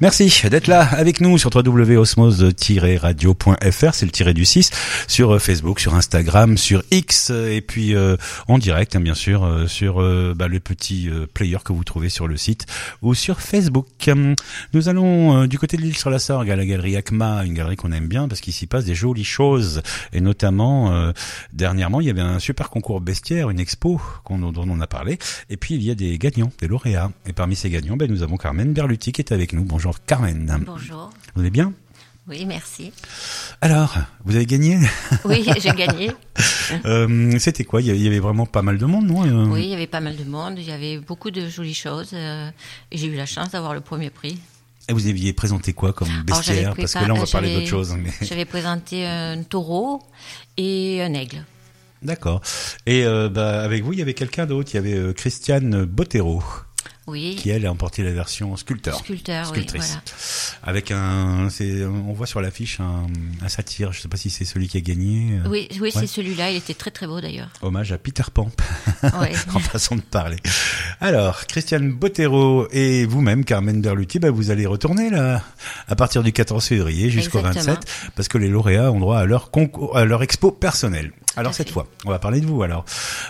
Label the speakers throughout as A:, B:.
A: Merci d'être là avec nous sur www.osmose-radio.fr, c'est le tiré du 6, sur euh, Facebook, sur Instagram, sur X, euh, et puis euh, en direct, hein, bien sûr, euh, sur euh, bah, le petit euh, player que vous trouvez sur le site ou sur Facebook. Hum, Nous allons euh, du côté de l'île sur la Sorgue, à la galerie ACMA, une galerie qu'on aime bien parce qu'il s'y passe des jolies choses, et notamment, euh, dernièrement, il y avait un super concours bestiaire, une expo qu'on, dont on a parlé, et puis il y a des gagnants, des lauréats, et parmi ces gagnants, ben, nous avons Carmen Berluti qui est avec nous. Bonjour Carmen.
B: Bonjour.
A: Vous allez bien
B: Oui, merci.
A: Alors, vous avez gagné
B: Oui, j'ai gagné.
A: Euh, C'était quoi il y, avait, il y avait vraiment pas mal de monde, non Euh,
B: Oui, il y avait pas mal de monde, il y avait beaucoup de jolies choses. euh, et j'ai eu la chance d'avoir le premier prix.
A: Et vous aviez présenté quoi comme
B: Alors, j'avais
A: bestiaire
B: pris
A: Parce que
B: pas-
A: là, on va
B: j'avais-
A: parler d'autre chose. hein, mais-
B: J'avais présenté un taureau et un aigle.
A: D'accord. Et euh, bah, avec vous, il y avait quelqu'un d'autre. Il y avait euh, Christiane Bottero,
B: Oui,
A: qui elle a emporté la version sculpteur.
B: sculpteur, oui,
A: Sculptrice.
B: voilà.
A: Avec un, c'est, on voit sur l'affiche un, un satire. Je ne sais pas si c'est celui qui a gagné. euh,
B: Oui, oui
A: Ouais.
B: c'est celui-là, il était très très beau d'ailleurs.
A: Hommage à Peter Pan.
B: Ouais.
A: en façon de parler. Alors, Christiane Bottero et vous-même, Carmen Berluti, bah, vous allez retourner là à partir du 14 février jusqu'au
B: Exactement.
A: 27 parce que les lauréats ont droit à leur concours, à leur expo personnelle. Alors
B: à
A: cette
B: fait.
A: fois, on va parler de vous alors.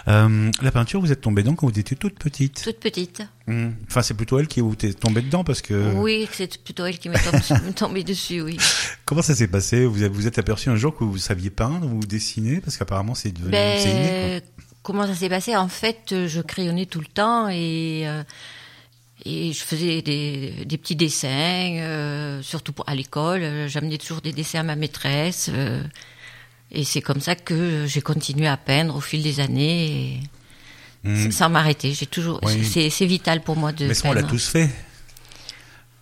A: Euh, la peinture, vous êtes tombée dedans quand vous étiez toute petite.
B: Toute petite.
A: Hmm. Enfin, c'est plutôt elle qui vous est tombée dedans parce que
B: Oui, c'est plutôt elle qui m'est tombe- m'est tombée dessus, oui.
A: comment ça s'est passé Vous avez- vous êtes aperçu un jour que vous saviez peindre ou dessiner parce qu'apparemment c'est devenu c'est inné, quoi.
B: Ben, comment ça s'est passé En fait, euh, je crayonnais tout le temps et, euh, et je faisais des, des petits dessins, euh, surtout pour- à l'école. Euh, J'amenais toujours des dessins à ma maîtresse. euh, et c'est comme ça que j'ai continué à peindre au fil des années, et-
A: Hmm.
B: sans m'arrêter. J'ai toujours,
A: Oui.
B: c'est, c'est vital pour moi de
A: Mais ça, on l'a
B: peindre.
A: tous fait.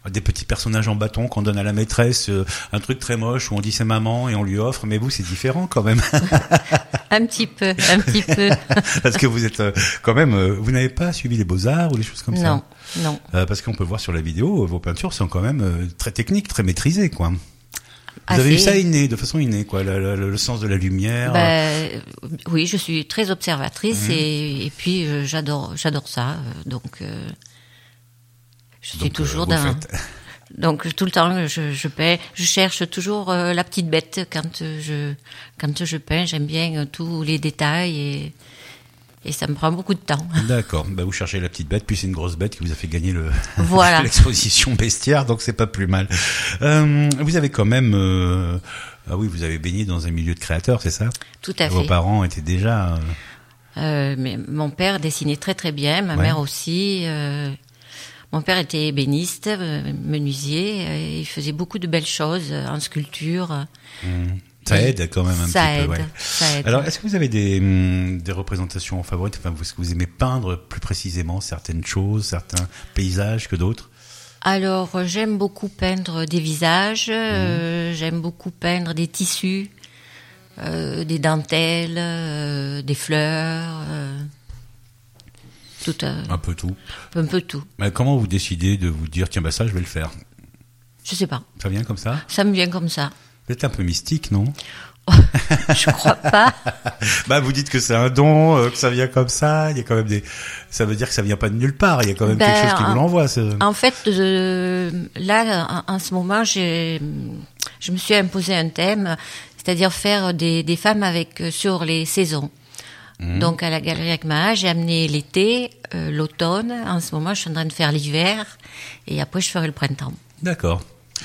A: Des petits personnages en bâton qu'on donne à la maîtresse, euh, un truc très moche où on dit c'est maman et on lui offre, mais vous c'est différent quand même,
B: Un petit peu, un petit peu.
A: parce que vous êtes euh, quand même, euh, vous n'avez pas suivi les beaux-arts ou des choses comme
B: non,
A: ça.
B: non.
A: Euh, parce qu'on peut voir sur la vidéo, euh, vos peintures sont quand même euh, très techniques, très maîtrisées quoi. Vous avez eu
B: Assez-
A: ça inné, de façon innée quoi, le, le- le sens de la lumière.
B: Ben, euh, oui, je suis très observatrice
A: Mhm.
B: et, et puis euh, j'adore j'adore ça. euh, Donc euh, je suis
A: Donc, euh,
B: toujours
A: vous
B: dans
A: faites.
B: donc je- tout le temps je je peins, je cherche toujours euh, la petite bête quand euh, je quand je peins, j'aime bien euh, tous les détails et et ça me prend beaucoup de temps.
A: D'accord. Bah, vous cherchez la petite bête, puis c'est une grosse bête qui vous a fait gagner le
B: Voilà.
A: l'exposition bestiaire, donc c'est pas plus mal. Euh, vous avez quand même, euh, ah oui, vous avez baigné dans un milieu de créateurs, c'est ça
B: Tout à
A: Vos
B: fait.
A: parents étaient déjà. euh,
B: Euh, mais mon père dessinait très très bien, ma
A: Ouais.
B: mère aussi. euh, mon père était ébéniste, euh, menuisier, euh, il faisait beaucoup de belles choses euh, en sculpture.
A: ça
B: Oui.
A: aide quand même un
B: Ça
A: petit
B: aide,
A: peu. ouais.
B: ça aide.
A: Alors, est-ce que vous avez des, hum, des représentations favorites Enfin, vous, est-ce que vous aimez peindre plus précisément certaines choses, certains paysages que d'autres
B: Alors, euh, j'aime beaucoup peindre des visages,
A: Mhm.
B: euh, j'aime beaucoup peindre des tissus, euh, des dentelles, euh, des fleurs, euh, tout euh,
A: Un peu tout.
B: un peu tout.
A: Mais Bah, comment vous décidez de vous dire tiens bah ça je vais le faire
B: Je sais pas,
A: Ça vient comme ça
B: ça me vient comme ça.
A: Vous êtes un peu mystique, non
B: Je crois pas.
A: Bah, vous dites que c'est un don, euh, que ça vient comme ça. Il y a quand même des. Ça veut dire que ça vient pas de nulle part. Il y a quand même
B: Ben,
A: quelque chose qui vous
B: en-
A: l'envoie. ce-
B: En fait, euh, là, en, en ce moment, j'ai- je me suis imposé un thème, c'est-à-dire faire des, des femmes avec euh, sur les saisons.
A: Mmh.
B: Donc à la galerie Akmaha, j'ai amené l'été, euh, l'automne. En ce moment, je suis en train de faire l'hiver, et après, je ferai le printemps.
A: D'accord.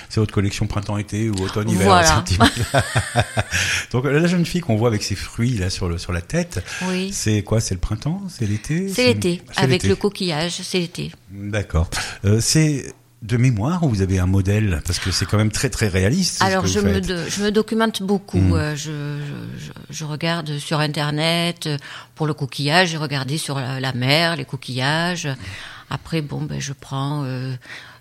A: C'est votre collection printemps-été ou automne-hiver.
B: Voilà.
A: c'est un petit peu- Donc la jeune fille qu'on voit avec ses fruits là sur le sur la tête,
B: Oui.
A: c'est quoi C'est le printemps C'est l'été
B: C'est l'été,
A: Mmh. C'est
B: avec
A: l'été.
B: le coquillage, c'est l'été.
A: D'accord. Euh, c'est de mémoire ou vous avez un modèle parce que c'est quand même très très réaliste. ce
B: Alors
A: que vous
B: je me,
A: faites. Mm.
B: do- je me documente beaucoup. Euh, Je, je- je- je regarde sur internet euh, pour le coquillage. J'ai regardé sur la, la mer les coquillages. Après bon ben je prends euh,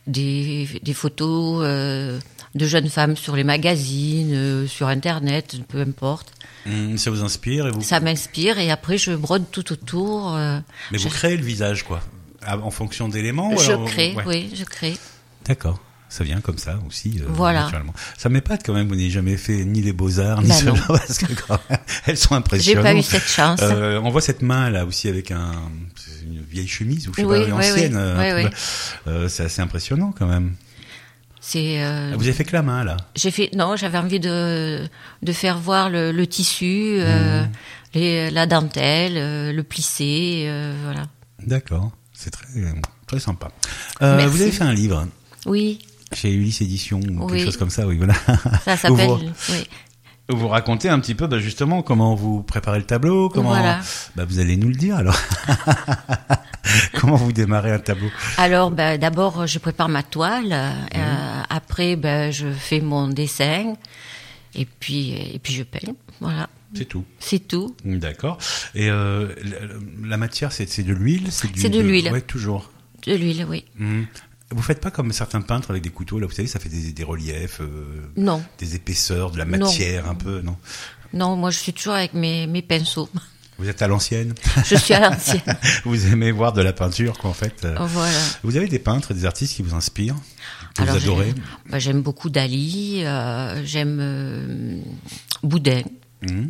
B: des, des photos euh, de jeunes femmes sur les magazines, euh, sur internet, peu importe.
A: Hum, ça vous inspire et vous.
B: Ça m'inspire et après je brode tout autour. euh,
A: Mais vous
B: je,
A: créez le visage quoi, à- en fonction d'éléments. ou
B: je
A: alors-
B: crée,
A: Ouais.
B: oui, je crée.
A: D'accord. Ça vient comme ça aussi, euh,
B: Voilà.
A: naturellement. Ça m'épate quand même, vous n'ayez jamais fait ni les beaux-arts, ni
B: Bah
A: cela,
B: non.
A: parce que quand même, elles sont
B: J'ai
A: impressionnantes.
B: pas eu cette chance.
A: Euh, on voit cette main là aussi avec un, c'est une vieille chemise ou je sais
B: Oui,
A: pas,
B: oui,
A: ancienne.
B: oui.
A: euh, un
B: Oui,
A: peu-
B: oui.
A: euh, c'est assez impressionnant quand même.
B: C'est. euh,
A: Vous avez fait que la main là.
B: j'ai fait non, j'avais envie de de faire voir le, le tissu, euh, les, la dentelle, euh, le plissé, euh, voilà.
A: D'accord. C'est très très sympa. Euh,
B: Merci.
A: vous avez fait un livre
B: Oui,
A: chez Ulysse Édition ou
B: Oui.
A: quelque chose comme ça. Oui, voilà.
B: ça
A: Où
B: s'appelle.
A: vous,
B: oui.
A: où vous racontez un petit peu bah, justement comment vous préparez le tableau, comment.
B: Voilà.
A: Bah, vous allez nous le dire alors. comment vous démarrez un tableau
B: Alors, ben, d'abord, je prépare ma toile. euh, après, ben, je fais mon dessin. Et puis, et puis je peins. Voilà,
A: C'est tout.
B: c'est tout.
A: D'accord. Et euh, la, la matière, c'est c'est de l'huile du-
B: C'est de l'huile.
A: Ouais, toujours.
B: De l'huile, oui.
A: Mhm. Vous faites pas comme certains peintres avec des couteaux, là, vous savez, ça fait des, des reliefs, euh,
B: Non,
A: des épaisseurs, de la
B: Non.
A: matière un peu, non
B: non, moi, je suis toujours avec mes, mes pinceaux.
A: Vous êtes à l'ancienne,
B: Je suis à l'ancienne.
A: vous aimez voir de la peinture, quoi, en fait. euh.
B: Oh, voilà.
A: Vous avez des peintres, et des artistes qui vous inspirent, que
B: Alors,
A: vous
B: j'aime-
A: adorez
B: ben, J'aime beaucoup Dali. euh, j'aime euh, Boudin.
A: Mhm.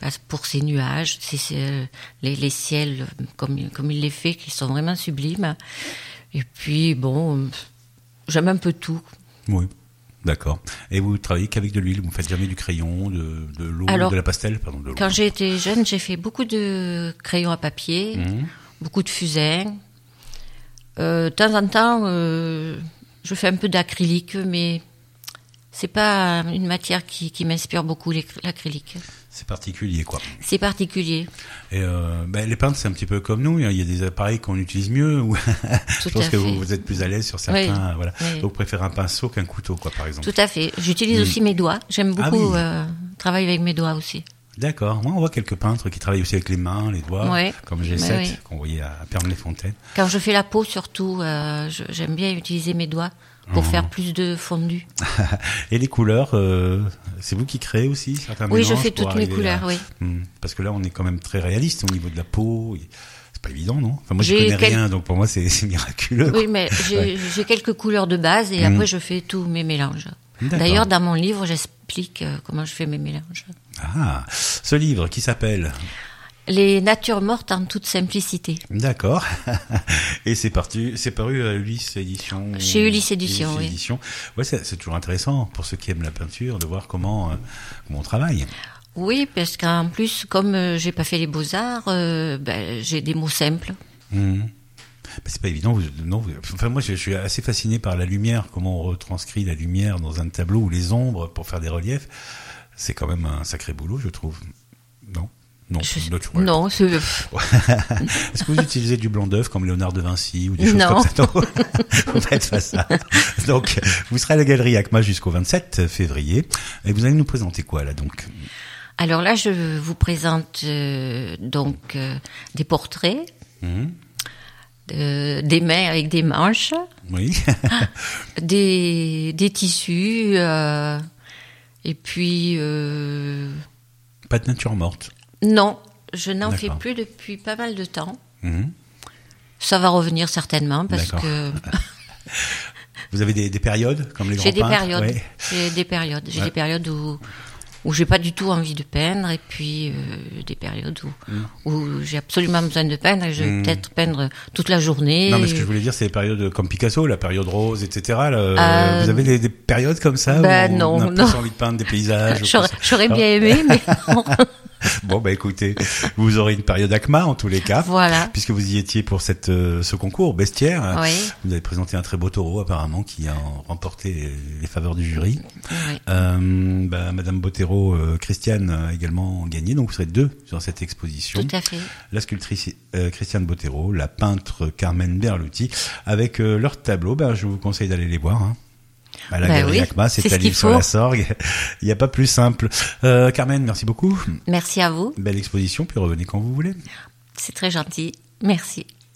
B: parce- Pour ses nuages, ses- ses- les, les ciels, euh, comme, comme il les fait, qui sont vraiment sublimes. Et puis, bon, euh, j'aime un peu tout.
A: Oui. D'accord. Et vous travaillez qu'avec de l'huile, vous ne faites jamais du crayon, de, de l'eau,
B: Alors,
A: de la pastel, pardon, de l'eau.
B: Quand j'ai été jeune, j'ai fait beaucoup de crayons à papier,
A: Mhm.
B: beaucoup de fusains. Euh, de temps en temps, euh, je fais un peu d'acrylique, mais c'est pas une matière qui, qui m'inspire beaucoup, l'ac- l'acrylique.
A: C'est particulier, quoi.
B: C'est particulier.
A: Et euh, ben, les peintres, c'est un petit peu comme nous. hein. Il y a des appareils qu'on utilise mieux. Ou je
B: Tout
A: pense
B: à
A: que
B: fait.
A: vous, vous êtes plus à l'aise sur certains. Voilà.
B: Oui.
A: Donc, préférez un pinceau qu'un couteau, quoi, par exemple.
B: Tout à fait. J'utilise
A: Mhm.
B: aussi mes doigts. J'aime
A: Ah
B: beaucoup
A: oui.
B: euh, travailler avec mes doigts aussi.
A: D'accord. Moi, on voit quelques peintres qui travaillent aussi avec les mains, les doigts,
B: Ouais. Bah
A: comme
B: Ouais,
A: G7
B: ouais.
A: qu'on voyait à Pernes-les-Fontaines.
B: Quand je fais la peau, surtout, euh, je- j'aime bien utiliser mes doigts pour
A: Mhm.
B: faire plus de fondu.
A: Et les couleurs, euh, c'est vous qui créez aussi certains
B: Oui, je
A: mélanges
B: fais
A: pour
B: toutes mes
A: arriver à-
B: couleurs, oui.
A: Hmm. Parce que là, on est quand même très réaliste au niveau de la peau. C'est pas évident, non Enfin, moi, je
B: J'ai
A: connais
B: quel-
A: rien, donc pour moi, c'est c'est miraculeux. quoi.
B: Oui, mais j'ai j'ai quelques couleurs de base et
A: Mhm.
B: après je fais tous mes mélanges.
A: D'accord.
B: D'ailleurs, dans mon livre, j'explique euh, comment je fais mes mélanges.
A: Ah, ce livre qui s'appelle
B: Les natures mortes en toute simplicité.
A: D'accord. Et c'est parti, c'est paru à Ulysse Édition.
B: Chez Ulysse Édition, oui.
A: Édition. Ouais, c'est c'est toujours intéressant pour ceux qui aiment la peinture de voir comment, euh, comment on travaille.
B: Oui, parce qu'en plus, comme euh, j'ai pas fait les beaux-arts, euh, ben, j'ai des mots simples.
A: Mhm. Mais C'est pas évident. vous- non, vous- enfin, moi, je, je suis assez fasciné par la lumière, comment on retranscrit la lumière dans un tableau ou les ombres pour faire des reliefs. C'est quand même un sacré boulot, je trouve. Non, non,
B: Je-
A: une autre- ouais.
B: Non, c'est-
A: Est-ce que vous utilisez du blanc d'œuf comme Léonard de Vinci ou des choses comme
B: Non.
A: ça Non. vous faites pas ça. Donc, vous serez à la galerie ACMA jusqu'au 27 février. Et vous allez nous présenter quoi, là, donc
B: Alors là, je vous présente euh, donc euh, des portraits,
A: Mhm.
B: euh, des mains avec des manches,
A: Oui.
B: des, des tissus, euh, et puis euh,
A: pas de nature morte.
B: Non, je n'en fais
A: D'accord.
B: plus depuis pas mal de temps.
A: Mhm.
B: Ça va revenir certainement parce
A: D'accord.
B: que
A: Vous avez des, des périodes, comme les grands
B: j'ai des
A: peintres
B: périodes,
A: Ouais.
B: j'ai des périodes, j'ai
A: Ouais.
B: des périodes où où j'ai pas du tout envie de peindre et puis euh, des périodes où où j'ai absolument besoin de peindre et je vais
A: Mm.
B: peut-être peindre toute la journée.
A: Non, mais ce que je voulais dire, c'est les périodes comme Picasso, la période rose, etc. là,
B: Euh,
A: vous avez des, des périodes comme ça
B: bah,
A: où on
B: non,
A: a
B: non.
A: plus envie de peindre des paysages ou
B: J'aurais
A: comme ça
B: j'aurais
A: Alors,
B: bien aimé, mais
A: Ah.
B: non.
A: Bon, bah écoutez, vous aurez une période ACMA en tous les cas.
B: voilà.
A: Puisque vous y étiez pour cette, euh, ce concours, Bestiaire,
B: Oui,
A: vous avez présenté un très beau taureau apparemment qui a remporté les, les faveurs du jury.
B: oui.
A: Euh, bah, Madame Bottero, euh, Christiane a également gagné, donc vous serez deux sur cette exposition.
B: tout à fait.
A: La sculptrice euh, Christiane Bottero, la peintre Carmen Berluti, avec euh, leurs tableaux, bah, je vous conseille d'aller les voir. hein. À la
B: Bah
A: Galerie
B: oui,
A: ACMA, c'est
B: c'est
A: à
B: ce qu'il
A: Lille sur la
B: faut.
A: Sorgue. Il n'y a pas plus simple. Euh, Carmen, merci beaucoup.
B: Merci à vous,
A: Belle exposition, puis revenez quand vous voulez.
B: c'est très gentil. Merci.